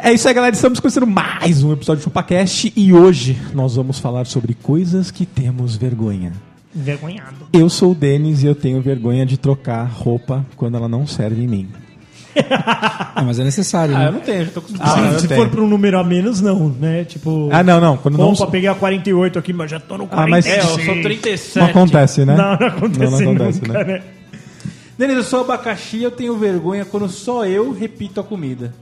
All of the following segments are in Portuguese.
É isso aí, galera. Estamos começando mais um episódio do ChupaCast e hoje nós vamos falar sobre coisas que temos vergonha. Envergonhado. Eu sou o Denis e eu tenho vergonha de trocar roupa quando ela não serve em mim. Ah, mas é necessário, né? não tenho, já tô com Ah, se for pro... pra um número a menos, não, né? Tipo. Ah, não, não. Quando Bom, não... pra pegar 48 aqui, mas já tô no Ah, mas 46. eu sou 37. não acontece, né? Não, não acontece, acontece, nunca, né? Denis, eu sou abacaxi eu tenho vergonha quando só eu repito a comida.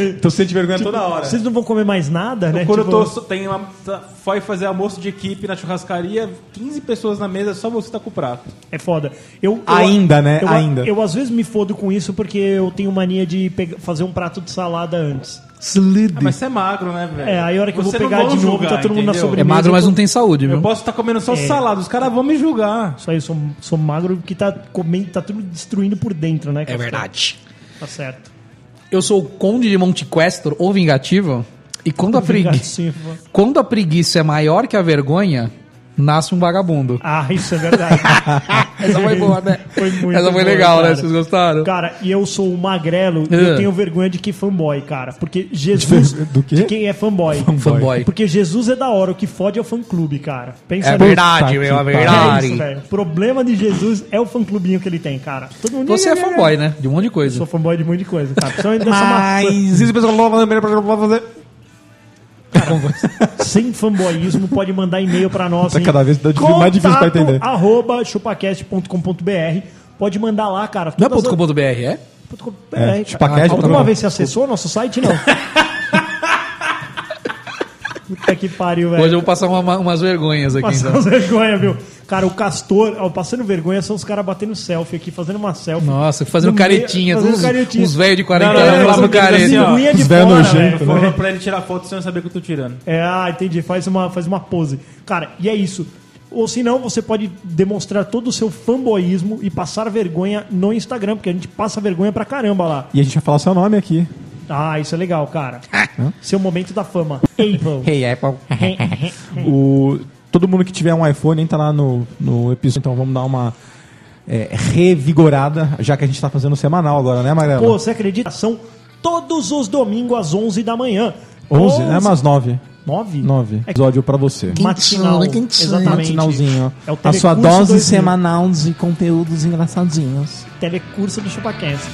Então você sente vergonha Tipo, toda hora. Vocês não vão comer mais nada, né? quando Tipo, eu tô. só- Tem uma, tá- foi fazer almoço de equipe na churrascaria, 15 pessoas na mesa, só você tá com o prato. É foda. Eu, eu- Ainda, né? eu- Ainda. Eu às vezes me fodo com isso porque eu tenho mania de pega- fazer um prato de salada antes. Ah, mas você é magro, né, velho? É, aí a hora que eu vou Você não pegar vão de novo, julgar, tá todo mundo na É. entendeu? sobre- É magro, mas não tem saúde, Eu viu? posso estar comendo só salada, os caras vão me julgar. Isso aí, eu sou, sou magro que tá comendo, tá tudo destruindo por dentro, né? É verdade. Tá certo. Eu sou o Conde de Monte Questor, ou Vingativo, e quando a, preguiça, Vingativo. quando a preguiça é maior que a vergonha, nasce um vagabundo. Ah, isso é verdade. Essa foi boa, né? Foi muito Essa boa, foi legal, né? cara. Vocês gostaram? Cara, e eu sou um magrelo e eu Ah. tenho vergonha de que fanboy, cara. Porque Jesus. ver- do quê? De quem é fanboy. Fanboy. Porque Jesus é da hora, o que fode é o fã-clube, cara. Pensa nisso. É Puta verdade, que meu, é pariu. É isso, verdade. velho. O problema de Jesus é o fã-clubinho que ele tem, cara. Todo mundo Você é fanboy, né? De um monte de Sou coisa. fanboy de um monte de coisa, cara. Principalmente dessa maçã. Mas... Isso, pessoal, logo, logo, logo, logo, logo, Sem fanboyismo, pode mandar e-mail pra nós. Tá em cada vez tá difícil- mais difícil pra contato entender. arroba chupacast.com.br. Pode mandar lá, cara. Não é todas as- .com.br, é? Ponto com- É, é, chupacast, ponto Alguma com. vez você acessou nosso site? Não. Puta que pariu, Hoje eu velho. vou passar uma- umas vergonhas aqui, então. Passando vergonha, viu? Cara, o Castor, ó, passando vergonha, são os caras batendo selfie aqui, fazendo uma selfie. Nossa, fazendo No caretinha, meio- fazendo uns, caretinha. uns velhos de 40 Não, não, anos não, fazendo não, não, não, careta. não, não, assim, Linha de Os velhos fora, nojentos, velho. né? Falando pra ele tirar foto sem eu saber que eu tô tirando. É, ah, entendi. Faz uma, faz uma pose. Cara, e é isso. Ou se não, você pode demonstrar todo o seu fanboyismo e passar vergonha no Instagram, porque a gente passa vergonha pra caramba lá. E a gente vai falar seu nome aqui. Ah, isso é legal, cara. Seu momento da fama. Apple. Hey, Apple. O, todo mundo que tiver um iPhone entra lá no, no episódio. Então vamos dar uma é, revigorada, já que a gente tá fazendo semanal agora, né, Magrela? Pô, você acredita? São todos os domingos às 11 da manhã. 11, né? Mas 9. 9? 9. É Episódio pra você. matinal. um, Exatamente. Matinalzinho. né? É o a sua telecurso dose 2000. semanal de conteúdos engraçadinhos. Telecurso do Chupacast.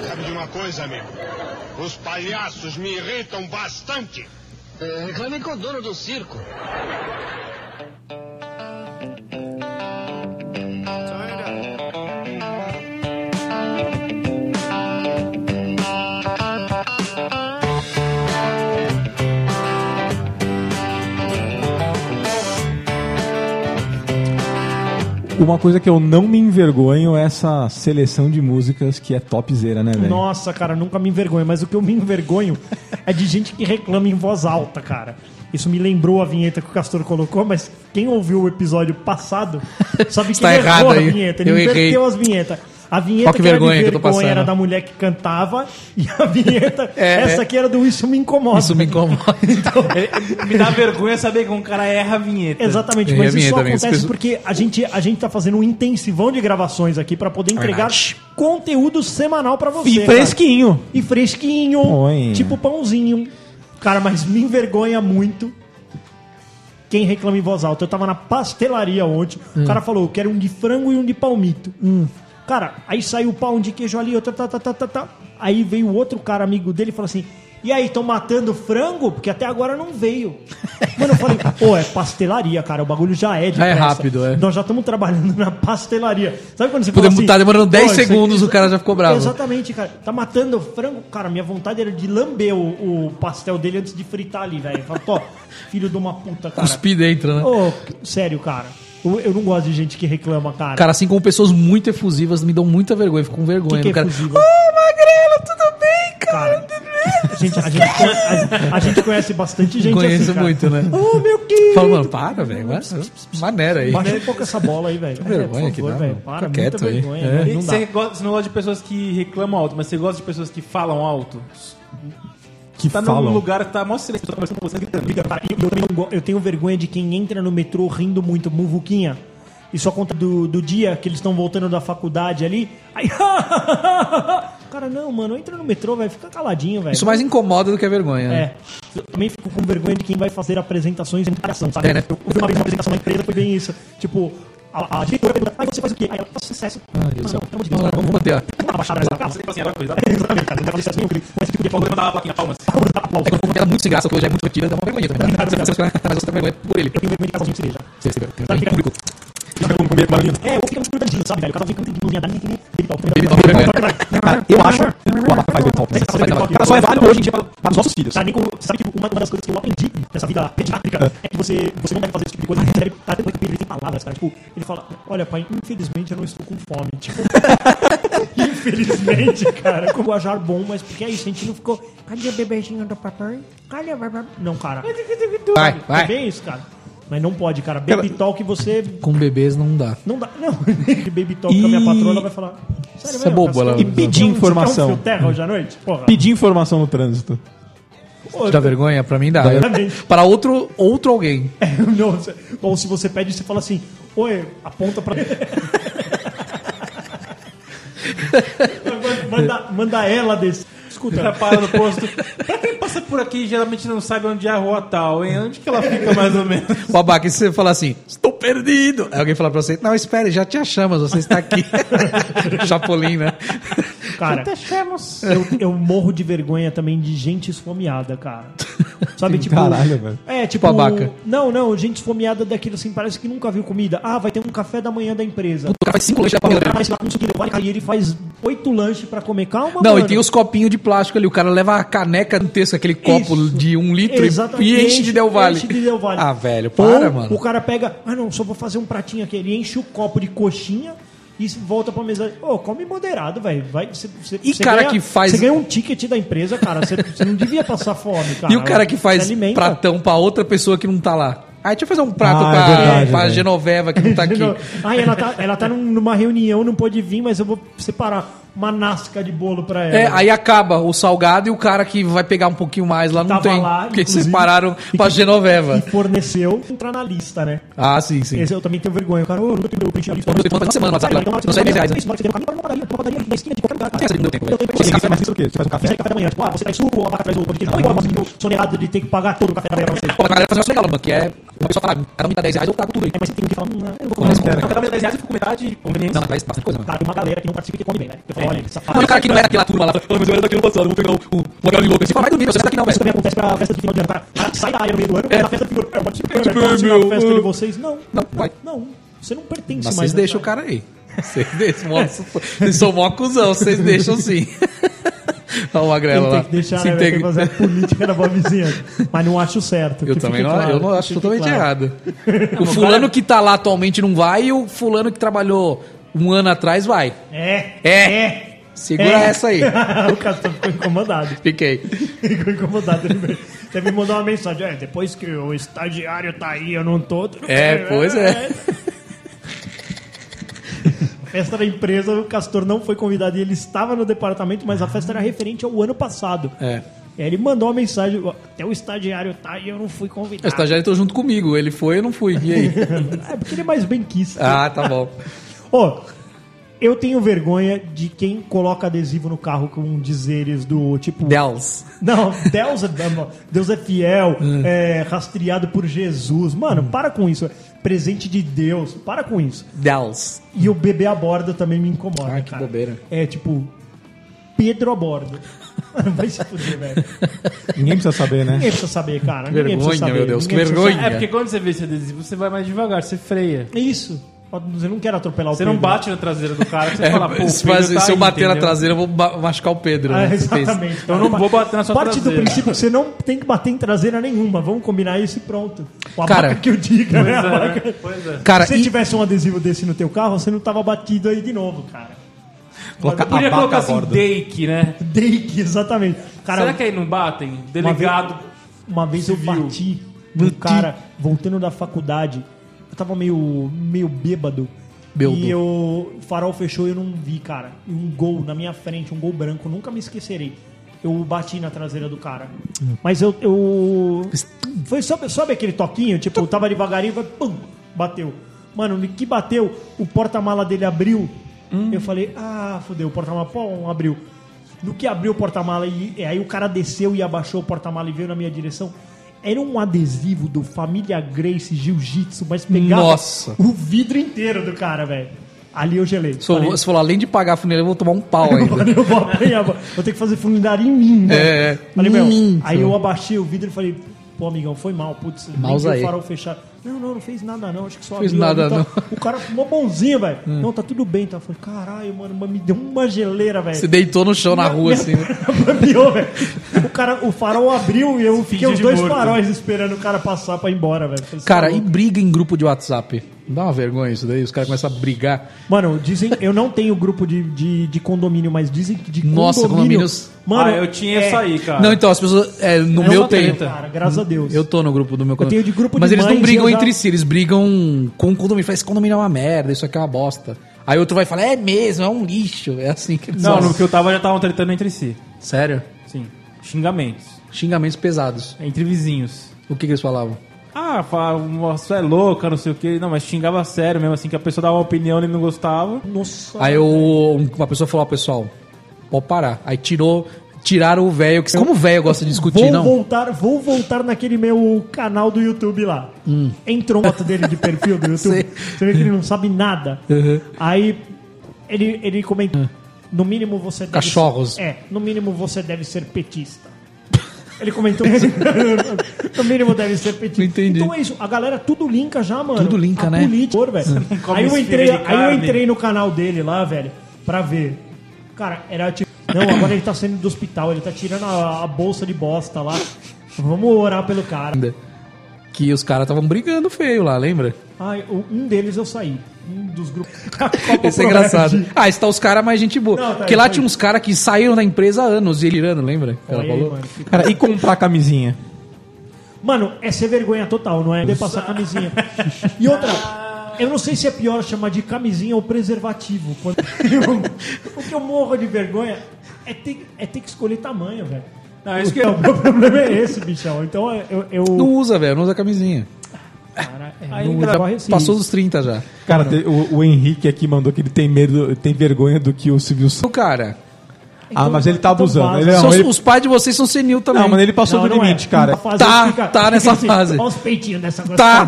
Sabe de uma coisa, amigo? Os palhaços me irritam bastante. reclamem É, com o dono do circo. Uma coisa que eu não me envergonho é essa seleção de músicas que é topzera, né, velho? Nossa, cara, nunca me envergonho, mas o que eu me envergonho é de gente que reclama em voz alta, cara. Isso me lembrou a vinheta que o Castor colocou, mas quem ouviu o episódio passado sabe que Está ele errado errou aí. a vinheta, ele Eu inverteu errei. as vinhetas. A vinheta Olha que, que era de vergonha que eu tô vergonha era passando. da mulher que cantava e a vinheta, É, essa é. aqui era do Isso Me Incomoda. Isso me incomoda. Me dá vergonha saber que um cara erra a vinheta. Exatamente, Eu mas isso ia vinheta só também, acontece esqueci. porque a gente, a gente tá fazendo um intensivão de gravações aqui pra poder entregar Verdade. conteúdo semanal pra você. e cara. fresquinho. E fresquinho, Põe. tipo pãozinho. Cara, mas me envergonha muito quem reclama em voz alta. Eu tava na pastelaria ontem, Hum. o cara falou, eu quero um de frango e um de palmito. Cara, aí saiu o pão de queijo ali, outro, tá, tá, tá, tá, tá. Aí veio outro cara, amigo dele, e falou assim, E aí, estão matando frango? Porque até agora não veio. Mano, eu falei, pô, é pastelaria, cara. O bagulho já é de É rápido, é. Nós já estamos trabalhando na pastelaria. Sabe quando você Podemos- fala assim, tá demorando pô, 10 isso aqui- segundos, o cara já ficou bravo. Exatamente, cara. Tá matando o frango. Cara, minha vontade era de lamber o, o pastel dele antes de fritar ali, velho. Eu falo, pô, filho de uma puta, cara. Cuspir Tá dentro, né? Ô, sério, cara. Eu, eu não gosto de gente que reclama, cara. Cara, assim como pessoas muito efusivas me dão muita vergonha, fico com vergonha. Que que é do cara. efusiva? Ô, Magrelo, tudo bem, cara? Cara, a gente, a, gente, a, a gente conhece bastante gente Conheço assim, cara. muito, né? Ô, meu querido! Fala, mano, para, velho. vai- Maneira aí. Baixa um pouco essa bola aí, velho. vergonha que dá, velho. mano. Para, Fica muita quieto aí. vergonha. né? É. E Não dá. Você, gosta, você não gosta de pessoas que reclamam alto, mas você gosta de pessoas que falam alto? Que Tá num falam. lugar, tá mó silêncio, tá conversando com você gritando. Cara, Eu, eu tenho, go- eu tenho vergonha de quem entra no metrô rindo muito, muvuquinha. Isso acontece do, do dia que eles estão voltando da faculdade ali. Aí. Cara, não, mano, entra no metrô, velho. Fica caladinho, velho. Isso mais incomoda do que a vergonha. né? É. Eu também fico com vergonha de quem vai fazer apresentações em interação, sabe? É, né? Eu vi uma vez uma apresentação na empresa, foi bem isso. Tipo, a, a diretora pergunta, ah, você faz o quê? Aí ela faz sucesso. Ah, Deus do céu. pelo amor de Deus, Vamos cara, lá, vamos bater. ó. É vamos dar uma baixada nessa Você casa. fala assim, agora coisa. Exatamente, cara. Não quero fazer sucesso nenhum, querido. Mas esse tipo de Vou aplauso, levantar a plaquinha, palmas. vamos dar aplauso. É que eu falo que ela é muito sem graça, que hoje é muito divertida, dá uma vergonha também. Tá? Você faz coisa, mas você tem vergonha por ele. Eu tenho vergonha de casalzinho de cereja. Você recebeu. Tem público. É, ou fica muito grudadinho, sabe, velho? O casal fica muito grudadinho, da minha, que nem baby talk. Baby talk, vergonha. Cara, eu acho que o abaca faz bem top. Você faz baby talk. Cara, só é válido hoje em dia para para os nossos filhos. Tá, Nico, você sabe que uma, uma das coisas que eu aprendi nessa vida pediátrica é que você, você não deve fazer esse tipo de coisa. Ele deve, tá, depois que ele tem palavras, cara. Tipo, ele fala: Olha, pai, infelizmente eu não estou com fome. Tipo, infelizmente, cara. Com o ajar bom, mas porque é isso, a gente não ficou. Cadê o bebezinho do papai? Cadê o papai? Não, cara. Vai, É vai. bem isso, cara. Mas não pode, cara. Baby talk você. Com bebês não dá. Não dá. Não. Que baby talk com a minha E- patrona vai falar. "Sério Isso é mesmo, bobo, cara, ela- você quer um- E pedir você quer um informação. fio terra hoje à noite? Porra. Pedir informação no trânsito. Ô, Dá vergonha? Pra mim dá. Exatamente. Para outro, outro alguém. é, Não, se- ou se você pede, você fala assim, oi, aponta pra. Manda- manda, manda ela desse. Ela Escuta, para no posto. Pra quem passa por aqui, geralmente não sabe onde é a rua tal, hein? Onde que ela fica mais ou menos? O abaca, e se você falar assim, estou perdido. Aí alguém fala pra você, não, espere, já te achamos, você está aqui. Chapolin, né? cara, eu, eu morro de vergonha também de gente esfomeada, cara. Sabe, tipo. Caralho, velho. É, tipo. Tipo abaca. Não, não, gente esfomeada daquilo assim, parece que nunca viu comida. Ah, vai ter um café da manhã da empresa. O cara faz cinco lanches da Pô, o panela. cara vai lá com isso que ele vai, cara, e ele faz oito lanches pra comer. Calma, Não, mano. e tem os copinhos de plástico ali. O cara leva a caneca gigantesca, aquele copo Isso. de um litro e- Exatamente. e enche de Del Valle. Enche de Del Valle. Ah, velho, para, Ou mano. O cara pega, ah não, só vou fazer um pratinho aqui. Ele enche o copo de coxinha e se volta pra mesa. Ô, come moderado, velho. Vai, você, você, E você cara ganha- que faz- Você ganha um ticket da empresa, cara. Você, você não devia passar fome, cara. E o cara que faz Se alimenta. pratão pra outra pessoa que não tá lá. Ah, deixa eu fazer um prato Ah, pra, é verdade, pra velho. Genoveva que não tá aqui. Ah, ela tá, ela tá num- numa reunião, não pôde vir, mas eu vou separar uma nasca de bolo pra ela. É, aí acaba o salgado e o cara que vai pegar um pouquinho mais lá não Tava tem. lá, porque inclusive, separaram e pra que- E Genoveva. forneceu, entrar na lista, né? Ah, sim, sim. Esse eu também tenho vergonha. O cara, ô, não tem meu peixe ali. Quando você manda uma semana no WhatsApp lá, Então, não sai nem reais, né? Isso, na hora que você tem um caminho, para uma padaria, uma padaria da esquina de qualquer lugar. cara. Tem essa de não tem, Eu tenho Você vergonha. faz mais isso do quê? Você faz um Você café? sai café da manhã, tipo, ah, você traz suco, ou abaca traz o pão de queijo. Não, é igual, mas sonerado de ter que pagar todo o café da manhã pra você. Pô, a galera faz um negócio legal, mano, que é uma pessoa falar, cada um me dá 10 reais, eu trago tudo aí. Aí, Mas você tem que falar, hum, eu não vou Mas, comer. Cara, pera. Não, cada vez 10 reais eu fico com metade. Não, mas faz bastante coisa, mano. cara, tem uma galera que não participa e que come bem, né? Eu falo, olha, safado. Não, e Ah, o cara que não era daquela turma lá, fala, "Ah, mas eu era daquele passado, vou pegar um, um, uma galera de louca. Você fala, vai dormir, meu, você não é daqui não, Isso velho. também acontece pra festa de final de ano. Cara, cara sai da área no meio do ano, é. na festa de final de ano. Eu participo, eu Tipo, participo da meu, festa eu- de vocês. Não, Não, vai. não. Você não tá. pertence Mas mais. vocês deixam o cara aí. Vocês deixam, mó- vocês são mó cuzão, vocês deixam sim. Olha o magrelo Ele lá. tem que deixar, Se né? Tem que integra- fazer política da boa vizinhança. Mas não acho certo. Eu que também fique não, claro, eu não que acho fique totalmente claro. errado. O fulano que tá lá atualmente não vai e o fulano que trabalhou um ano atrás vai. É. É. Segura é. essa aí. o Castor ficou incomodado. Fiquei. Ficou incomodado. Ele me- Até me mandou uma mensagem. É, depois que o estagiário tá aí, eu não tô. tudo É, bem." pois é. A Festa da empresa, o Castor não foi convidado e ele estava no departamento, mas a festa era referente ao ano passado. É. E aí ele mandou uma mensagem, "Ó, até o estagiário tá e eu não fui É, O convidado. estagiário tô junto comigo. Ele foi, eu não fui. E aí? É porque ele é mais bem quis. Ah, tá bom. Ó, eu tenho vergonha de quem coloca adesivo no carro com dizeres do tipo. Dels. Não, Deus é, Deus é fiel, Hum. é, rastreado por Jesus. Mano, para com isso. Presente de Deus, para com isso. Dels. E o bebê a bordo também me incomoda. Ah, que cara. bobeira. É tipo, Pedro a bordo. Vai se fuder, velho. Ninguém precisa saber, né? Ninguém precisa saber, cara. Ninguém Vergonha, precisa saber. meu Deus, Ninguém que precisa vergonha. É porque quando você vê esse adesivo, você vai mais devagar, você freia. saber. É Isso. Você não quer atropelar o Você não Pedro. bate na traseira do cara, você É, fala, pô, se, o Pedro faz- tá se eu aí, bater na entendeu? traseira, eu vou ba- machucar o Pedro. Ah, né? Você pensa. exatamente. Eu não vou bater na sua Parte do traseira. princípio que você não tem que bater em traseira nenhuma. Vamos combinar isso e pronto. Uma Cara, vaca que eu diga, né? Pois A vaca- é, né? Pois é. Cara, Se e- tivesse um adesivo desse no teu carro, você não tava batido aí de novo, cara. Colocar Podia a colocar vaca a assim, bordo. Dake, né? Dake, exatamente. Cara, Será que aí não batem? Delegado. Uma vez eu Civil. bati num cara voltando da faculdade. Eu tava meio, meio bêbado. Bêbado. E eu, o farol fechou e eu não vi, cara. E um gol na minha frente, um gol branco, nunca me esquecerei. Eu bati na traseira do cara. Mas eu. eu foi, sabe, sabe aquele toquinho? Tipo, eu tava devagarinho, vai, pum, bateu. Mano, no que bateu, o porta-mala dele abriu. Eu falei, ah, fodeu, o porta-mala pô, um abriu. No que abriu o porta-mala, e e aí o cara desceu e abaixou o porta-mala e veio na minha direção. Era um adesivo do Família Grace Jiu-Jitsu, mas pegava Nossa. o vidro inteiro do cara, velho. Ali eu gelei. Se eu- Falei, se eu falar, além de pagar a funerária, eu vou tomar um pau ainda. Mano, eu vou apanhar, vou vou ter que fazer funerária em mim, né? É. Falei, meu, Mim, aí eu abaixei o vidro e falei, pô, amigão, foi mal, putz, nem Maus vi aí. o farol fechado. Não, não, não fez nada não, acho que só Fez abriu ali, nada, tá- não. Hum. O cara fumou bonzinho, velho. Não, tá tudo bem, tá? Eu falei, caralho, mano, mas me deu uma geleira, velho. Você deitou no chão na rua, assim. né? Bambiou, velho. O cara, o farol abriu e eu fiquei Fingiu os de dois morto. faróis esperando o cara passar pra ir embora, velho. Falei, Cara, "Cê é e louco." briga em grupo de WhatsApp? Dá uma vergonha isso daí, os caras começam a brigar. Mano, dizem. Eu não tenho grupo de, de, de condomínio, mas dizem que de Nossa, condomínio. condomínios- Mano, ah, eu tinha é, essa aí, cara. Não, então, as pessoas. é, no eu meu não tenho, tem. Cara, graças a Deus. Eu tô no grupo do meu tenho condomínio. de grupo de Mas eles não mães, brigam eu já- entre si, eles brigam com o condomínio. Fala, esse condomínio é uma merda, isso aqui é uma bosta. Aí outro vai falar, é mesmo, é um lixo. É assim que eles Não, falam. no que eu tava já estavam tretando entre si. Sério? Sim. Xingamentos. Xingamentos pesados. Entre vizinhos. O que, que eles falavam? Ah, falava, você é louca, não sei o quê. Não, mas xingava sério mesmo, assim, que a pessoa dava uma opinião e ele não gostava. Nossa. Aí eu, um- uma pessoa falou, ó, pessoal, pode parar. Aí tirou, tiraram o velho. que- Como o velho gosta de discutir, Vou não? voltar, vou voltar naquele meu canal do YouTube lá. Hum. Entrou uma foto dele de perfil do YouTube. Sei. Você vê que ele não sabe nada. Uhum. Aí ele, ele comenta: No mínimo você deve Hum. Cachorros. Ser, é, no mínimo você deve ser petista. Ele comentou isso. no mínimo deve ser petista. Não entendi. Então é isso. A galera tudo linka já, mano. Tudo linka, A né? política, horror, velho. come Aí eu esfirra entrei, de aí eu carne. entrei no canal dele lá, velho, pra ver. Cara, era tipo. Não, agora ele tá saindo do hospital, ele tá tirando a, a bolsa de bosta lá. Vamos orar pelo cara. Que os caras estavam brigando feio lá, lembra? Ai, o- um deles eu saí. Um dos grupos. Isso é engraçado. Ah, está os caras mais gente boa. Não, tá, Porque isso lá aí. tinha uns caras que saíram da empresa há anos e ele irando, lembra? Que Ela Olha aí, falou. mano. Cara, e comprar camisinha? Mano, é ser vergonha total, não é? De passar camisinha. E outra, eu não sei se é pior chamar de camisinha ou preservativo. Quando eu- o que eu morro de vergonha é ter, é ter que escolher tamanho, velho. Não, isso que O meu problema é esse, bichão. Então eu. eu Não usa, velho, não usa camisinha. cara, é, Aí não engra- corre esse Passou risco. dos 30 já. Cara, te- o, o Henrique aqui mandou que ele tem medo, tem vergonha do que o Silvio Santos. O Então, cara. ah, mas ele tá então abusando. vaza. Ele, São- não, ele, Os pais de vocês são senil também. não, mas ele passou Não, do não é. limite, cara. Uma fase Tá, fica- tá nessa fase. Olha os peitinhos dessa Tá.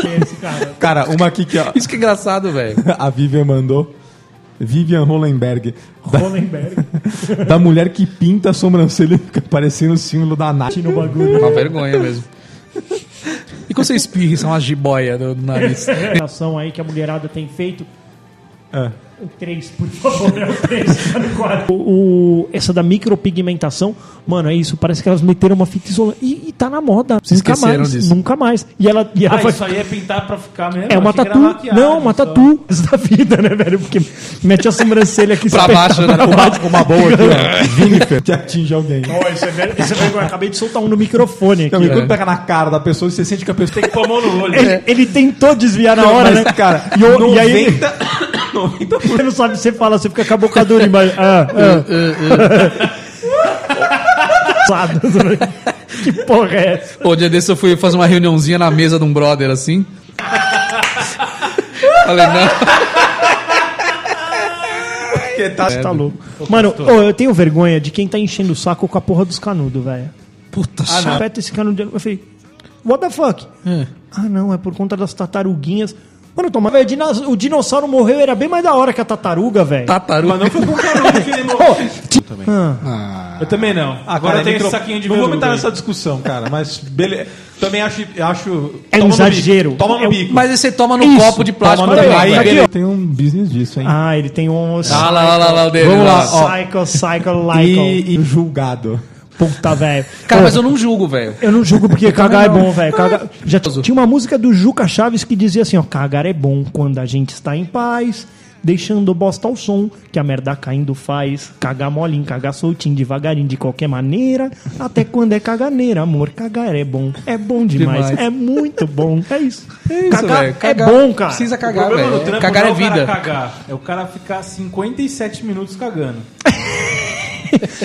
que é esse, cara. Cara, uma aqui que ó, Isso que é engraçado, velho. a Vivian mandou. Vivian Hollenberg. Da, Hollenberg. da mulher que pinta a sobrancelha e fica parecendo o símbolo da Nath. No um bagulho. Uma vergonha mesmo. E quando você espirra, são uma jiboia do do nariz. É. ação aí que a mulherada tem feito. É. O 3, por favor, é o 3, tá no 4. O, o- essa da micropigmentação, mano, é isso. Parece que elas meteram uma fita isolante. E, e tá na moda. nunca esqueceram mais. disso. Nunca mais. E ela, e ela Ah, vai- isso aí é pintar pra ficar mesmo. É uma Achei que era tatu. maquiagem Não, uma só. tatu da vida, né, velho? Porque mete a sobrancelha aqui pra espeta- baixo, né? Uma, uma boa aqui, ó. Vinifer, que atinge alguém. Ó, isso é ver- isso é vergonha. Eu acabei de soltar um no microfone aqui. Então, e ó. quando pega na cara da pessoa, você sente que a pessoa tem que Pô, a mão no olho. Ele, ele tentou desviar na hora, mas, né? cara, e, o- e aí 90 você não sabe, você fala, você fica com a boca dura embaixo. Ah, É, ah. Sabe? que porra é essa? Pô, dia desse eu fui fazer uma reuniãozinha na mesa de um brother assim. Falei, não. que tá. Tá louco. Mano, ô, eu tenho vergonha de quem tá enchendo o saco com a porra dos canudos, velho. Puta Ah, chato. é Aperta esse canudo. de- Eu falei, what the fuck? Ah, não, é por conta das tartaruguinhas. Mano, eu tomava o dinas- o dinossauro morreu, era bem mais da hora que a tartaruga, velho. Tartaruga. Mas não É foi qualquer um que ele Pô, morreu. tipo, ah. Eu também não. Agora tem esse saquinho de Não vou veludo entrar aí. nessa discussão, cara, mas beleza. Também acho. acho É um toma no exagero. bico, Toma É no um- bico. Mas aí você toma num Isso. copo de plástico Toma no- também. Aí, vai, aqui, beleza. Tem um business disso, hein? ah, ele tem um. Ah, lá, lá, lá, lá, o dele. Vamos lá, nossa. ó. Psycho, psycho, like. e, e julgado. Puta, velho. Cara, mas eu não julgo, velho. Eu não julgo porque cagar é bom, velho. Cagar- Já t- tinha uma música do Juca Chaves que dizia assim, ó, cagar é bom quando a gente está em paz, deixando bosta ao som, que a merda caindo faz, cagar molinho, cagar soltinho, devagarinho, de qualquer maneira, até quando é caganeira, amor, cagar é bom, é bom demais, Demais. é muito bom, é isso. Isso, cagar velho. é bom, cara. Precisa O cagar, problema do velho. trampo Cagar não é o cara vida. cagar. É o cara ficar 57 minutos cagando.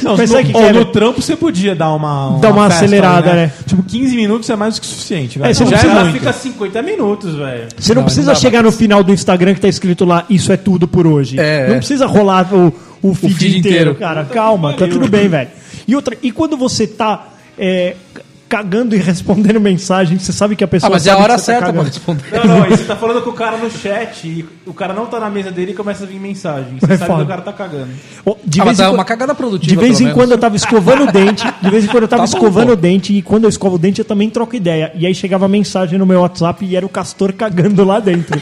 Não, Mas sabe no, o que ou que é, no velho? trampo você podia dar uma. Dá uma acelerada, né? Tipo, 15 minutos é mais do que suficiente, velho. É, você não Já precisa- ela muito. fica 50 minutos, velho. Você não, precisa chegar no final do Instagram que tá escrito lá, isso é tudo por hoje. É, não é. precisa rolar o, o, feed, feed inteiro, inteiro. cara. Calma, tá tudo bem, velho. E outra, e quando você tá é, c- cagando e respondendo mensagem, você sabe que a pessoa Ah, mas é a sabe que hora você tá certa pra cagando. responder. Não, não, e você tá falando com o cara no chat e o cara não tá na mesa dele e começa a vir mensagem. Você É sabe foda. que o cara tá cagando. Ó, De Ah, mas em é quan- uma cagada produtiva, De vez pelo em menos. quando eu tava escovando o dente. De vez em quando eu tava Tá bom, escovando pô. o dente. E quando eu escovo o dente, eu também troco ideia. E aí chegava mensagem no meu WhatsApp e era o Castor cagando lá dentro.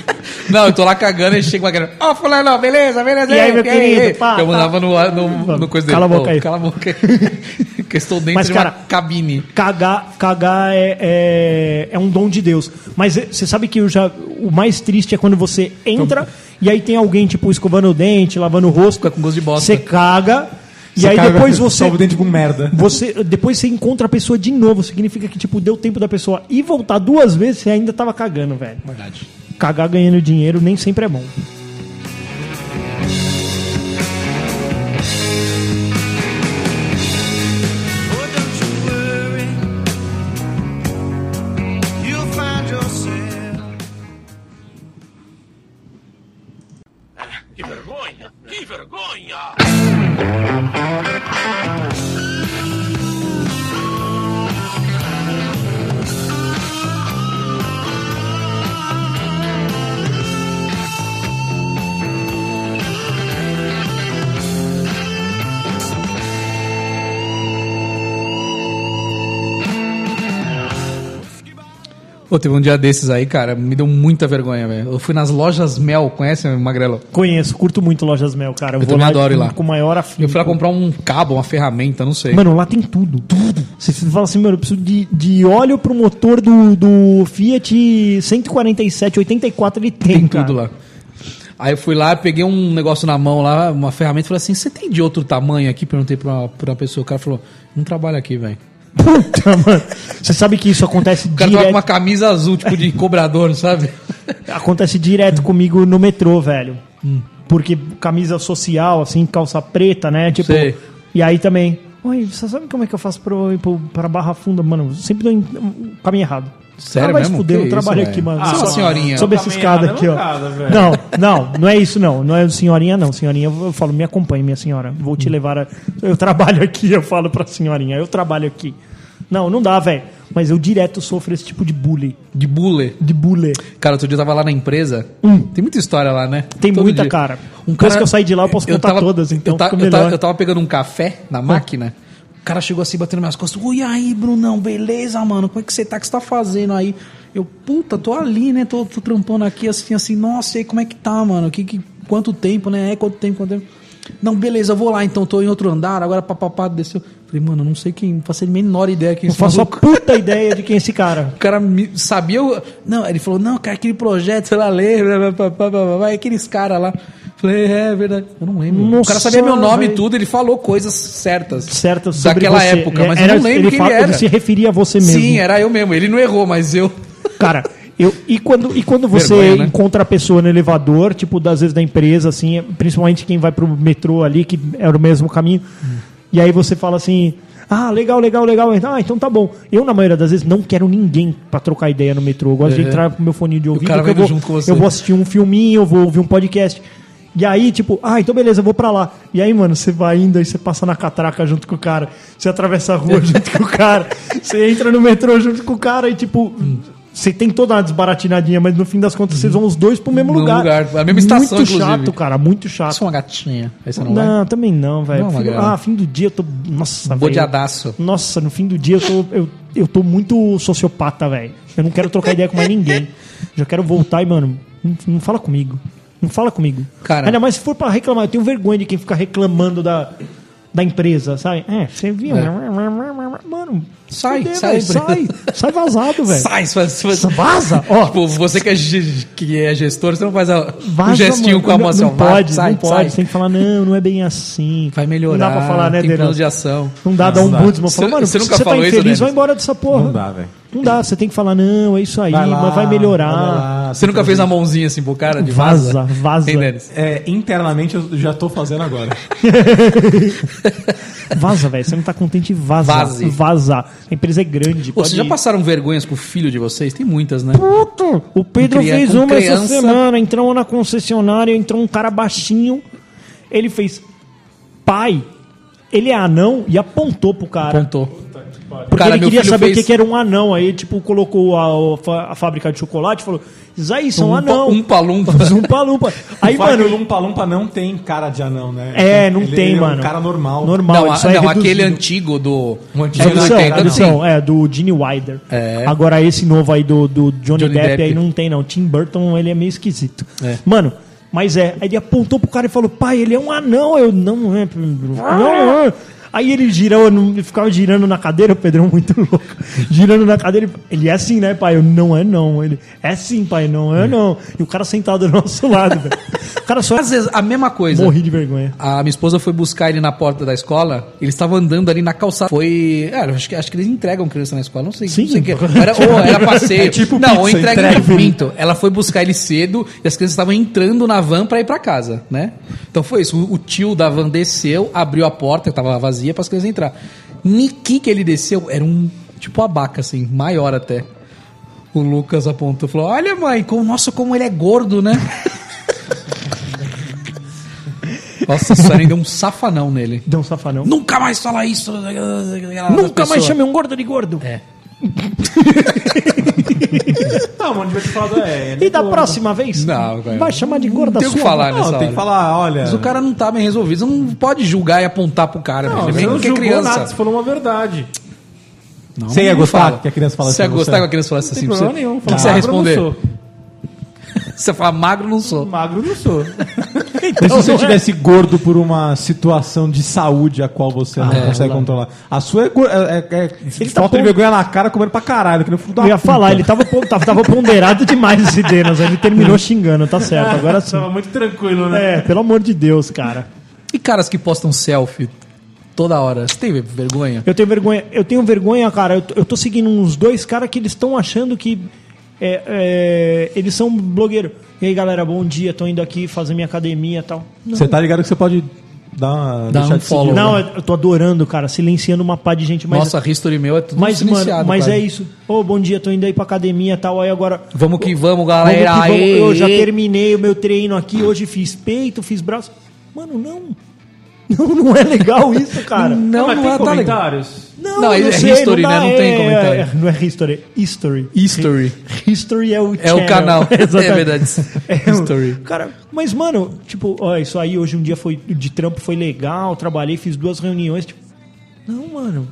Não, eu tô lá cagando e chega uma galera. Ó, fulano, beleza, beleza. E aí, meu querido, ei. pá, Eu pá. mandava no, no, no coisa dele. Cala a boca Pô, aí. Cala a boca aí. que eu estou dentro Mas, de cara, uma cabine. Cagar, cagar é, é, é um dom de Deus. Mas é, você sabe que eu já, o mais triste é quando você entra e aí tem alguém, tipo, escovando o dente, lavando o rosto. Então, Fica com gosto de bosta. Você caga. E Você aí caga- depois você. Salva o dente com um merda. Você, depois você encontra a pessoa de novo. Significa que, tipo, deu tempo da pessoa ir voltar duas vezes você ainda tava cagando, velho. Verdade. Cagar ganhando dinheiro nem sempre é bom. Pô, teve um dia desses aí, cara, me deu muita vergonha, velho. Eu fui nas lojas Mel, conhece, Magrelo? Conheço, curto muito Lojas Mel, cara. Eu, também adoro ir lá. Com maior afinco. Eu fui lá comprar um cabo, uma ferramenta, não sei. Uhum. Mano, lá tem tudo. Tudo. Você fala assim, mano, eu preciso de, de óleo pro motor do, do Fiat 147, 84, ele tem, tem cara. tudo lá. Aí eu fui lá, peguei um negócio na mão lá, uma ferramenta, falei assim, você tem de outro tamanho aqui? Perguntei pra uma, pra uma pessoa, o cara falou, não trabalha aqui, velho. Puta, mano. Você sabe que isso acontece O cara tava com direto, uma camisa azul, tipo de cobrador, sabe? acontece direto comigo no metrô, velho. Hum. Porque camisa social, assim, calça preta, né? Tipo, Sei. e aí também. Oi, você sabe como é que eu faço pra, eu ir pro- pra Barra Funda? Mano, eu sempre dou em- um caminho errado. Sério ah, vai se mesmo? fuder, Que eu trabalho isso, aqui, velho. mano. Ah, Só- uma senhorinha. Sob essa Caminhada escada é aqui, ó. mancada, velho. Não, não, não é isso, não. Não é senhorinha, não. Senhorinha, eu falo, me acompanhe, minha senhora. Vou Hum. te levar. A... Eu trabalho aqui, eu falo pra senhorinha. Eu trabalho aqui. Não, não dá, velho. Mas eu direto sofro esse tipo de bullying. De bule. De bullying. Cara, outro dia eu tava lá na empresa. Tem muita história lá, né? Hum. Tem muita, cara. Um Depois cara que eu saí de lá, eu posso contar todas, então eu, ta- fica eu ta- melhor. Hum. eu tava pegando um café na máquina. O cara chegou assim, batendo minhas costas. Oi, aí, Brunão, beleza, mano? Como é que você tá? O que você tá fazendo aí? Eu, puta, tô ali, né? Tô, tô trampando aqui, assim, assim. Nossa, e aí, como é que tá, mano? Que, que, quanto tempo, né? É, quanto tempo, quanto tempo? Não, beleza, eu vou lá, então. Tô em outro andar, agora papapá, desceu. Falei, mano, eu não sei quem... Não faço a menor ideia quem Eu esse faço a é maluco puta ideia de quem é esse cara. o cara me- sabia. o- Não, ele falou, não, cara, aquele projeto, sei lá, lembra, pá, pá, pá, pá, pá, aqueles caras lá. Falei, é verdade. Eu não lembro. o Nossa, cara sabia meu nome e velho. tudo, ele falou coisas certas. Certo, sobre Daquela você. É, época, mas Era- eu não lembro ele quem fala- ele era. Ele se referia a você mesmo. Sim, é. era eu mesmo. Ele não errou, mas eu. Cara, eu, e, quando, e quando você Vergonha, né? encontra a pessoa no elevador, tipo, das vezes da empresa, assim, principalmente quem vai pro metrô ali, que era o mesmo caminho, e aí você fala assim, ah, legal, legal, legal, ah, então tá bom. Eu, na maioria das vezes, não quero ninguém pra trocar ideia no metrô, eu gosto de É. entrar com meu fone de ouvido, cara que eu vai vou, junto com você. eu vou assistir um filminho, eu vou ouvir um podcast. E aí, tipo, ah, então beleza, eu vou pra lá. E aí, mano, você vai indo, aí você passa na catraca junto com o cara, você atravessa a rua junto com o cara, você entra no metrô junto com o cara e, tipo, Você tem toda uma desbaratinadinha, mas no fim das contas vocês vão os dois pro mesmo No lugar. lugar, a mesma estação, Muito inclusive. chato, cara, muito chato. Só uma gatinha. Aí você não, não, vai? também não, velho. Não, Fim do- Magrela. Ah, fim do dia eu tô. Nossa, velho. Bodeadaço. Nossa, no fim do dia eu tô, eu, eu tô muito sociopata, velho. Eu não quero trocar ideia com mais ninguém. Já quero voltar e, mano, não, não fala comigo. Não fala comigo. Cara. Ainda mais se for pra reclamar. Eu tenho vergonha de quem fica reclamando da, da empresa, sabe? É, você viu? É. Mano, Sai, fudeu, sai, velho, sai. empresa. Sai vazado, velho. Sai, se faz- se faz- Vaza, ó. Tipo, você que é, ge- que é gestor, você não faz a, Vaza, um gestinho mano. com a mão Não- assim, ó, Não vai, pode, sai, não pode. sai. Tem que falar, não, não é bem assim. Vai melhorar. Não dá pra falar, né, tem plano Deirão? de ação. Não dá, dá um dá. budismo. Você- Fala, mano, você se nunca você tá falou isso, infeliz, Denis? vai embora dessa porra. Não dá, velho. Não dá, você tem que falar, não, é isso aí, lá, mas vai vai melhorar. lá, Você nunca fez a mãozinha assim pro cara de Vaza, vaza. Hein, Denis? É, internamente eu já tô fazendo agora. Vaza, velho, você não tá contente, vaza. Vaze. Vaza. A empresa é grande. Pô, pode vocês já ir. passaram vergonhas com o filho de vocês? Tem muitas, né? Puto, o Pedro Com cria- fez com uma essa criança. semana, entramos na concessionária, entrou um cara baixinho, ele fez pai, ele é anão e apontou pro cara. Apontou. Porque Cara, ele meu queria filho saber o fez- que, que era um anão. Aí, tipo, colocou a, a fa- a fábrica de chocolate e falou: Isso aí, são Um pa- anão. um palumpa. Um palumpa. Aí, é Fora que mano. o Lumpa Lumpa não tem cara de anão, né? É, não Ele- tem, ele é um mano. cara normal. Normal, Não, a- isso aí é não, aquele reduzido. antigo do. Um antigo. dos Tradução, 80, não. Então, assim. tradução, é, do Gene Wilder. É. Agora esse novo aí do, do Johnny, Johnny Depp, Depp. aí não tem não. Tim Burton, ele é meio esquisito. É. Mano, mas é, aí ele apontou pro cara e falou, pai, ele é um anão. Eu, não, não é, Pedro. não é. Aí ele girou, não- ele ficava girando na cadeira, o Pedrão muito louco. Girando na cadeira, ele, ele é assim, né, pai? Eu, não é não. Ele, é sim, pai, não é não. E o cara sentado do nosso lado, velho. O cara só Às vezes, é. a mesma coisa. morri de vergonha. A minha esposa foi buscar ele na porta da escola. Ele estava andando ali na calçada. Foi. É, acho, que, acho que eles entregam criança na escola. Não sei. Sim. Não sei o que. Era, ou era passeio. É tipo não, ou pizza, entrega, entrega. entrega no pinto. Ela foi buscar ele cedo e as crianças estavam entrando na van para ir para casa, né? Então foi isso. O, o tio da van desceu, abriu a porta, que tava vazia, para as crianças entrar. Niki que ele desceu era um tipo abaca, assim, maior até. O Lucas apontou e falou: Olha, mãe, como, nossa, como ele é gordo, né? Nossa, isso ainda deu um safanão nele. Deu um safanão. Nunca mais fala isso. Nunca mais chama. chamei um gordo de gordo. É. Não, mano, devia ter falado, é. ele E da falou, próxima vez? Não, velho. Vai chamar de gorda Não tem o que sua. falar né? Não, nessa tem hora. que falar, olha. Mas o cara não tá bem resolvido. Você não pode julgar e apontar pro cara. Não, velho. você Mesmo não que é julgou criança. Tipo, nada, você falou uma verdade. Não, Você ia não gostar fala. que a criança falasse Você ia pra gostar você? que a criança falasse Não assim tem pra problema você? nenhum. O que você ia magro eu não responder? sou. Você ia falar, magro não sou. Magro eu não sou. Mas Então, se é. você tivesse gordo por uma situação de saúde a qual você não consegue controlar. A sua é, go- é, é, é É, tá falta de pon- vergonha na cara comendo pra caralho, que nem filho da Eu ia puta. falar, ele tava, pon- tava, tava ponderado demais esse Denas, ele terminou xingando, tá certo, agora sim. Tava muito tranquilo, né? É, pelo amor de Deus, cara. E caras que postam selfie toda hora. Você tem vergonha? Eu tenho vergonha, eu tenho vergonha, cara, eu, t- eu tô seguindo uns dois caras que eles estão achando que é, é, eles são blogueiros. E aí, galera, bom dia, tô indo aqui fazer minha academia e tal. Não, Você tá ligado que você pode dar uma, Dá um follow. não, eu eu tô adorando, cara, silenciando uma pá de gente, mas... Nossa, history meu é tudo mas, mano, silenciado, mas cara. é isso. Ô, bom dia, tô indo aí pra academia e tal, aí agora... Vamos que Vamos vamos, que galera. vamos. Aê, Eu já aê. terminei o meu treino aqui, hoje fiz peito, fiz braço. Mano, não. Não, não é legal isso, cara. Não, mas não tem é, tá legal. comentários. Não, Não, é history, dá, né? Não tem é- comentário. é- não é history, é history. History. History é o É o channel. canal. Exatamente. É verdade. É o- History. Cara, mas mano, tipo, ó, isso aí hoje um dia foi de trampo, foi legal, trabalhei, fiz duas reuniões, tipo, não, mano.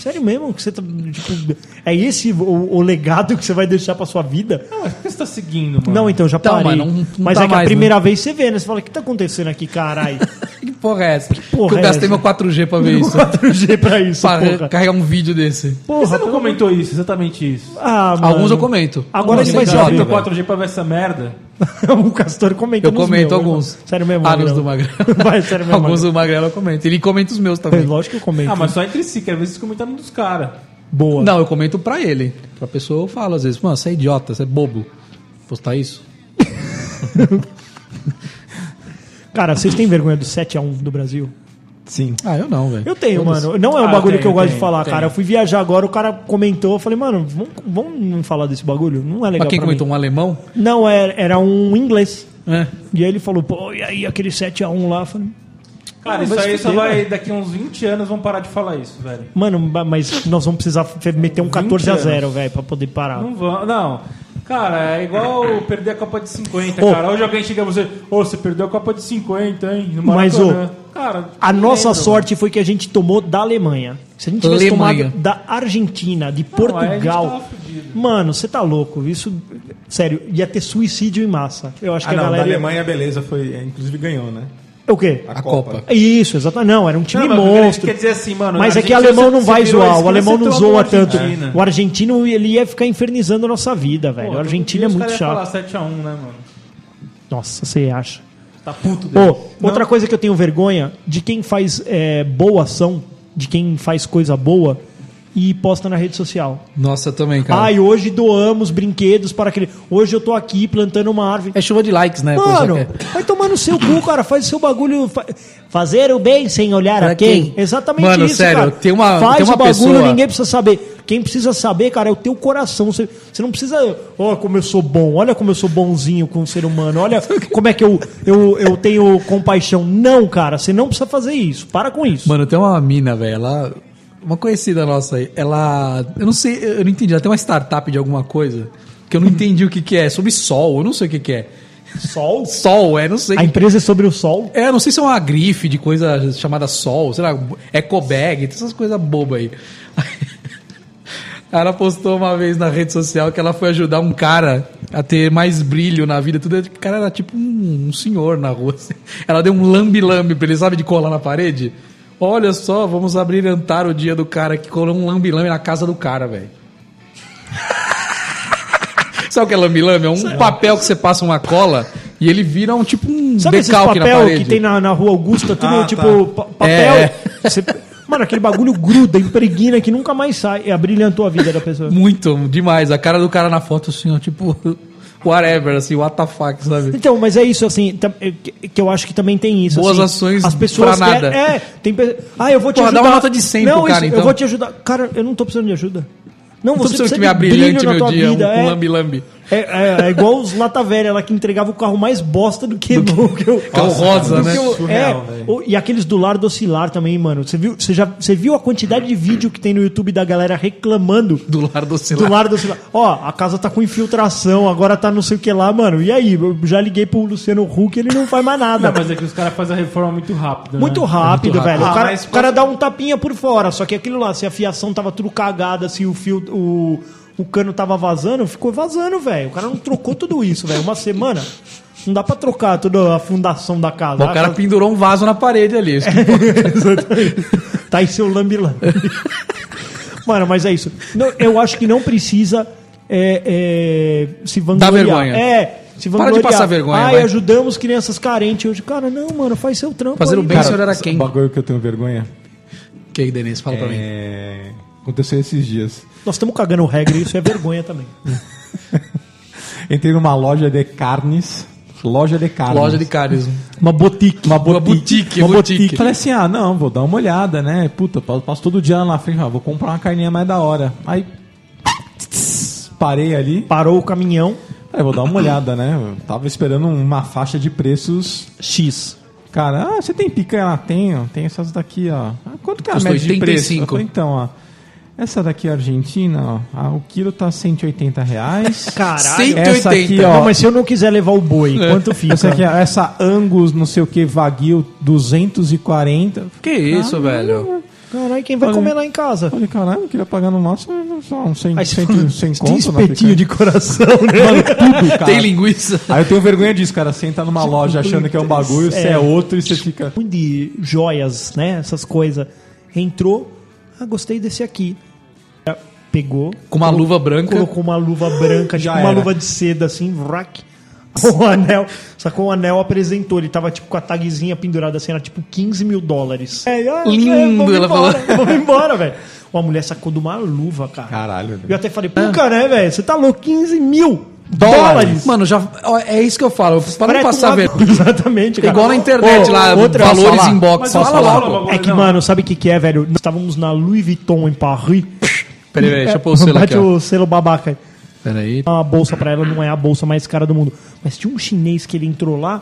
Sério mesmo que você tá, tipo, é esse o, o legado que você vai deixar pra sua vida? Não, mas por que você tá seguindo, mano? Não, então já Tá, parei. mas não- não mas tá é que a mais, primeira vez você vê, né? Você fala, o que tá acontecendo aqui, caralho? Que porra é essa? porra que eu é gastei essa? meu 4G pra ver isso. 4G pra isso, pra porra. carregar um vídeo desse. Por que Porra, você não comentou isso, exatamente isso? tá ah, mano. Alguns eu comento. Agora ele Alguns vai eu já saber, comento. tem velho. 4G pra ver essa merda? o Castor comenta Eu nos comento meus, alguns. irmão. Sério mesmo, Ah, nos do Magrão? Magrelo. Vai, sério mesmo. Alguns do Magrelo eu comento. Ele comenta os meus também. Magrão. Lógico que eu comento. Ah, mas só entre si, quero ver vocês comentaram dos caras. Boa. Não, eu comento pra ele. Pra pessoa eu falo às vezes, mano, você é idiota, você é bobo. Postar isso? Cara, vocês têm vergonha do 7x1 do Brasil? Sim. Ah, eu não, velho. Eu tenho, Foda-se. mano. Não é um Ah, bagulho eu que eu tenho, gosto de tenho, falar, tenho. cara. Eu fui viajar agora, o cara comentou, eu falei, mano, vamos, vamos não falar desse bagulho? Não é legal Mas quem pra comentou? mim. Um alemão? Não, é, era, era um inglês. É. E aí ele falou, pô, e aí aquele 7x1 lá? Eu falei, Cara, Ah, isso mas aí só fudeu, vai. velho. Daqui uns 20 anos vão parar de falar isso, velho. Mano, ba- mas nós vamos precisar fe- meter um 14 a 20 0 velho, pra poder parar. Não vão. Não. Cara, é igual perder a Copa de 50, Ô. cara. Hoje alguém chega e você. Ô, você perdeu a Copa de 50, hein? No Mas, Maracanã." Cara, A não nossa lembro. sorte foi que a gente tomou da Alemanha. Se a gente tivesse Alemanha. tomado da Argentina, de aí a gente Portugal. tava fudido. Mano, você tá louco. Isso, sério, ia ter suicídio em massa. Eu acho Ah, que não, a da galera. Alemanha, beleza, foi. é, Inclusive ganhou, né? O quê? A Copa. Isso, exatamente. Não, era um time Não, mas o que monstro. quer dizer assim, mano, Mas a é que o Argentina alemão se- não se vai virou a zoar. O esquina, alemão você não tomou zoa a tanto. Argentina. O argentino, ele ia ficar infernizando a nossa vida, Pô, velho. O todo argentino dia é os muito caras iam chato. falar 7x1, né, mano? Nossa, você acha? Tá puto dele. Ô, outra coisa que eu tenho vergonha de quem faz é, boa ação, de quem faz coisa boa e posta na rede social. Nossa, também, cara. Ai, hoje doamos brinquedos para aquele. Hoje eu tô aqui plantando uma árvore. É chuva de likes, né? Mano, Pessoal, que é. vai tomar no seu cu, cara. Faz o seu bagulho. fa- Fazer o bem sem olhar a Pra quem? quem? Exatamente Mano, isso, sério, cara. tem uma- Faz tem uma o bagulho, pessoa- ninguém precisa saber. Quem precisa saber, cara, é o teu coração. Você, você não precisa. Ó, como eu sou bom. Olha como eu sou bonzinho com o ser humano. Olha como é que eu, eu, eu tenho compaixão. Não, cara. Você não precisa fazer isso. Para com isso. é? Mano, tem uma mina, velho, ela. Uma conhecida nossa aí, ela. Eu não sei, eu não entendi. Ela tem uma startup de alguma coisa que eu não entendi o que, que é. Sobre sol, eu não sei o que, que é. Sol? Sol, é, não sei. A empresa é sobre o sol. É, eu não sei se é uma grife de coisa chamada sol, sei lá, ecobag, todas essas coisas bobas aí. Ela postou uma vez na rede social que ela foi ajudar um cara a ter mais brilho na vida. Tudo. O cara era tipo um, um senhor na rua. assim. Ela deu um lambe-lambe pra ele, sabe, de colar na parede? Olha só, vamos abrilhantar o dia do cara que colou um lambe-lambe na casa do cara, velho. Sabe o que é lambe-lambe? É um papel que você passa uma cola e ele vira um tipo um Sabe esses decalque na papel parede. que tem na, na rua Augusta, tudo Ah, tipo pa- papel. É. Você- mano, aquele bagulho gruda, impregna, que nunca mais sai. É, abrilhantou a vida da pessoa. Muito, demais. A cara do cara na foto, assim, ó, tipo, whatever, assim, what the fuck, sabe? Então, mas é isso, assim, tam- é, que que eu acho que também tem isso. Boas assim, ações as pessoas pra nada. querem- É, tem pe- Ah, eu vou te Porra, dá ajudar. uma nota de 100 pro Não, cara, então. eu vou te ajudar. Cara, eu não tô precisando de ajuda. Não, Tô você precisa precisando que me de brilho abrilhante na meu tua dia, vida. é. um lambi-lambi. É, é- é igual os Lata Velha lá que entregava o carro mais bosta do que, do que o Carro rosa, do né? que o- Surreal, é, velho. o- e aqueles do Lar Docilar também, mano. Você viu, você já, você viu a quantidade de vídeo que tem no YouTube da galera reclamando Do lar do do celular. Lar Docilar? Ó, a casa tá com infiltração, agora tá não sei o que lá, mano. E aí? Eu já liguei pro Luciano Huck, ele não faz mais nada. Não, mas é que os caras fazem a reforma muito rápido. Muito rápido, velho. Ah, o, cara, mas- o cara dá um tapinha por fora, só que aquilo lá, se a fiação tava tudo cagada, se o fio. O, o cano tava vazando, ficou vazando, velho. O cara não trocou tudo isso, velho. Uma semana. Não dá pra trocar toda a fundação da casa. Tá Mas o A cara casa pendurou um vaso na parede ali. isso É. que tá aí seu lambilã. Mano, mas é isso. Não, eu acho que não precisa é, é, se vangloriar. vergonha. É. Se Para de vangloriar. passar vergonha, Ai, vai. ajudamos crianças carentes hoje. Cara, não, mano, faz seu trampo. Fazer o bem, velho. senhor era quem? O bagulho que eu tenho vergonha Que aí, Denise, fala pra mim. é... aconteceu esses dias. Nós estamos cagando regra e isso é vergonha também. Entrei numa loja de carnes. Loja de carnes. Loja de carnes. Uma botique. Uma Uma boutique. boutique, boutique. Falei assim, ah, não, vou dar uma olhada, né? Puta, pa- passo todo dia lá na frente, ah, vou comprar uma carninha mais da hora. Aí parei ali, Parou o caminhão. aí vou dar uma olhada, né? Eu tava esperando uma faixa de preços X. Cara, ah, você tem picanha? Ah, tenho. Tem essas daqui, ó. Ah, quanto que é a Custa média de preço? 85. Eu falei, então, ó. Essa daqui é argentina, ó. Ah, o quilo tá 180 reais. Caralho. 180. Essa aqui, ó. Não, mas se eu não quiser levar o boi, É. quanto fica? Essa aqui, ó, essa Angus, não sei o que, Wagyu, 240. Que isso, Ah, velho? Caralho, quem um vai comer lá em casa? Falei, caralho, eu queria pagar no máximo né, só um uns 100, Aí você 100, 100 Tem conto na espetinho picanha. de coração, né? Mano, tudo, cara. Tem linguiça. Aí eu tenho vergonha disso, cara. Senta numa Tipo loja achando que é um bagulho, você é outro e você fica... Um de joias, né? Essas coisas. Entrou. Ah, gostei desse aqui. Pegou. Com uma luva branca. Colocou uma luva branca, tipo Já uma era. luva de seda, assim, vrac. O anel, sacou o anel, apresentou. Ele tava tipo com a tagzinha pendurada assim, era tipo 15 mil dólares. É, ah, Lindo, é, vamos ela embora, falou. Vamos embora, velho. Uma mulher sacou de uma luva, cara. Caralho, Eu até falei, puca, né, velho? Você tá louco, 15 mil dólares. Ah. Dólares. Mano, já, ó, é isso que eu falo. Para não Frete passar lá- vergonha. Exatamente, cara. Igual na internet Ô, lá, outra- valores posso falar? inbox. Mas Posso fala, falar? fala, pô? bagulho. É que, mano, sabe o que, que é, velho? Nós estávamos na Louis Vuitton em Paris. Peraí, peraí, deixa eu pôr o selo Bate aqui. ó. o selo babaca aí. Peraí. uma bolsa pra ela, não é a bolsa mais cara do mundo. Mas tinha um chinês que ele entrou lá,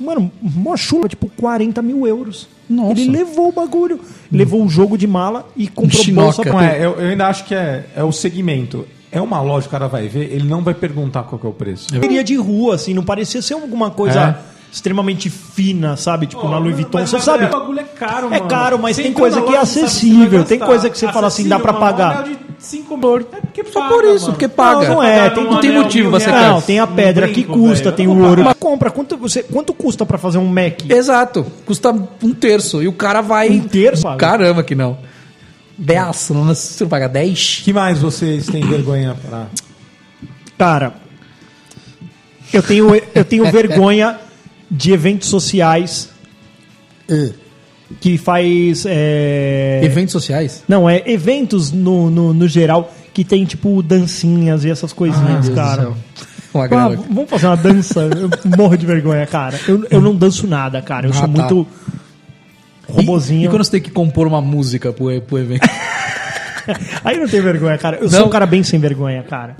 Mano, uma chula, tipo 40 mil euros. Nossa. Ele levou o bagulho. Levou o jogo de mala e comprou Um bolsa chinoca. pra Não é, eu, eu ainda acho que é, é o segmento. É uma loja, o cara vai ver, ele não vai perguntar qual que é o preço. Seria de rua, assim, não parecia ser alguma coisa É. extremamente fina, sabe? Tipo, na Louis Vuitton, Mas, você mas, sabe? O bagulho é caro, É mano. caro, mas tem toda coisa que é loja, você sabe acessível, você tem vai coisa que você gastar. fala assim, dá pra tá Acessível, mano, pagar. Um anel de 5 mil. É porque Só paga, por isso, mano. porque paga. Não, não é. Pagar Tem, num não tem anel motivo de você um quer. não, tem a Um pedra que brinco, custa, velho. tem o ouro. Mas compra, quanto, você, quanto custa pra fazer um Mac? Exato. Custa um terço. E o cara vai. Um terço, paga? Caramba, que não. Deaço, não, você não paga 10? que mais vocês têm vergonha pra. Cara, eu tenho, eu tenho vergonha de eventos sociais É. que faz. é, Eventos sociais? Não, é eventos no, no, no geral que tem, tipo, dancinhas e essas Ah, coisinhas, cara. Uma Ah, grana. vamos fazer uma dança? Eu morro de vergonha, cara. Eu, eu não danço nada, cara. Eu sou Ah, tá. muito robozinho. E, e quando você tem que compor uma música pro, e- pro evento? Aí não tem vergonha, cara. Eu sou Não? um cara bem sem vergonha, cara.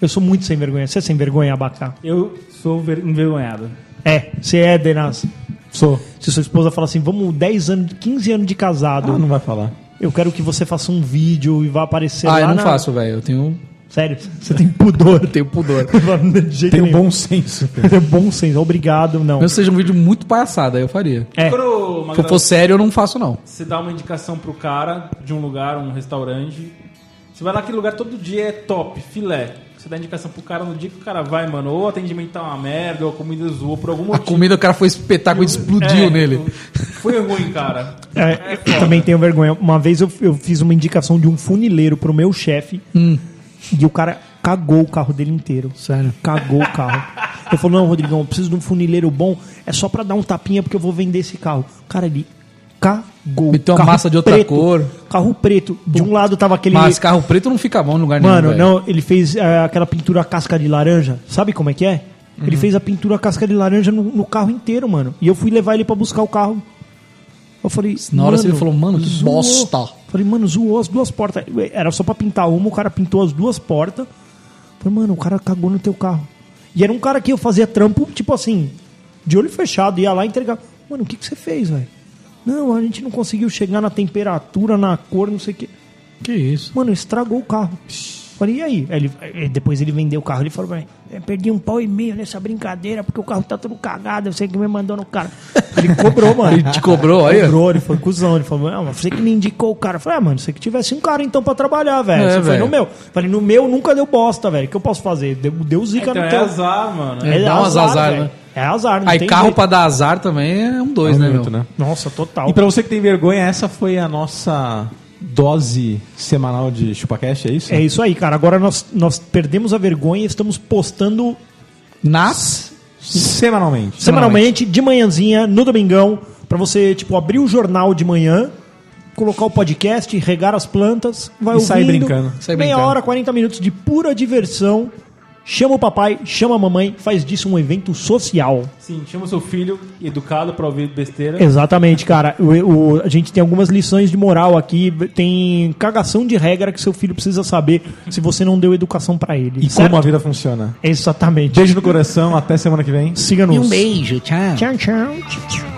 Eu sou muito sem vergonha. Você é sem vergonha, Abacá? Eu sou ver- envergonhado. É, você é, Denas. Sou. Se sua esposa falar assim, vamos 10 anos, 15 anos de Ah, casado, não vai falar. eu quero que você faça um vídeo e vá aparecer lá ah, eu não na- faço, velho. Eu tenho, Sério, você tem pudor. eu tenho pudor. de jeito Tem um nenhum. bom senso. Tem bom senso, obrigado, não. Mesmo que seja um vídeo muito palhaçada, eu faria. É, Quando uma Se eu for sério, eu não faço, não. você dá uma indicação pro cara de um lugar, um restaurante. Você vai lá, aquele lugar todo dia é top, filé. Você dá indicação pro cara no dia que o cara vai, mano. Ou o atendimento tá uma merda, ou a comida zoou por algum A motivo. comida, o cara foi espetáculo e explodiu É, nele. Foi ruim, cara. é, eu também tenho vergonha. Uma vez eu, eu fiz uma indicação de um funileiro pro meu chefe e o cara cagou o carro dele inteiro. Hum. Sério. Cagou o carro. Ele falou: Não, Rodrigão, eu preciso de um funileiro bom. É só pra dar um tapinha porque eu vou vender esse carro. Cara, ele cagou. Meteu a Carro massa de outra cor. Carro preto. De um lado tava aquele. Mas carro preto não fica bom em lugar nenhum. Mano, velho. não, ele fez eh, aquela pintura casca de laranja. Sabe como é que é? Uhum. Ele fez a pintura casca de laranja no, no carro inteiro, mano. E eu fui levar ele pra buscar o carro. Eu falei. Na hora você falou, mano, que bosta. Falei, mano, zoou as duas portas. Era só pra pintar uma, o cara pintou as duas portas. Falei, mano, o cara cagou no teu carro. E era um cara que eu fazia trampo, tipo assim, de olho fechado, ia lá e entregava. Mano, o que, que você fez, velho? Não, a gente não conseguiu chegar na temperatura, na cor, não sei o quê. Que isso. Mano, estragou o carro. Falei, e aí? Aí ele- aí depois ele vendeu o carro. Ele falou pra mim: "É, perdi um pau e meio nessa brincadeira porque o carro tá todo cagado. Você que me mandou no cara. Ele cobrou, mano. Ele te cobrou, aí? Cobrou, ele foi cuzão. Ele falou: Não, mas você que me indicou o cara. Eu falei: Ah, mano, você que tivesse um cara então pra trabalhar, velho. É, você foi velho. no meu. Eu Falei: No meu nunca deu bosta, velho. O que eu posso fazer? Deu, deu zica Então no é teu. azar, mano. É, dá umas azar, velho. né? É azar, não Aí tem carro jeito. pra dar azar também é um dois, né, Muito, meu? né? Nossa, total. E pra você que tem vergonha, essa foi a nossa dose semanal de ChupaCast, é isso? É isso aí, cara. Agora nós, nós perdemos a vergonha e estamos postando Nas. Semanalmente. Semanalmente, de manhãzinha, no domingão, pra você, tipo, abrir o jornal de manhã, colocar o podcast, regar as plantas, vai E ouvindo. sair brincando. Sair meia brincando. hora, 40 minutos de pura diversão. Chama o papai, chama a mamãe, faz disso um evento social. Sim, chama o seu filho educado pra ouvir besteira. Exatamente, cara. O- o- a gente tem algumas lições de moral aqui. Tem cagação de regra que seu filho precisa saber se você não deu educação pra ele. E como a vida funciona. Exatamente. Beijo no coração, até semana que vem. Siga-nos. um beijo, tchau. Tchau, tchau.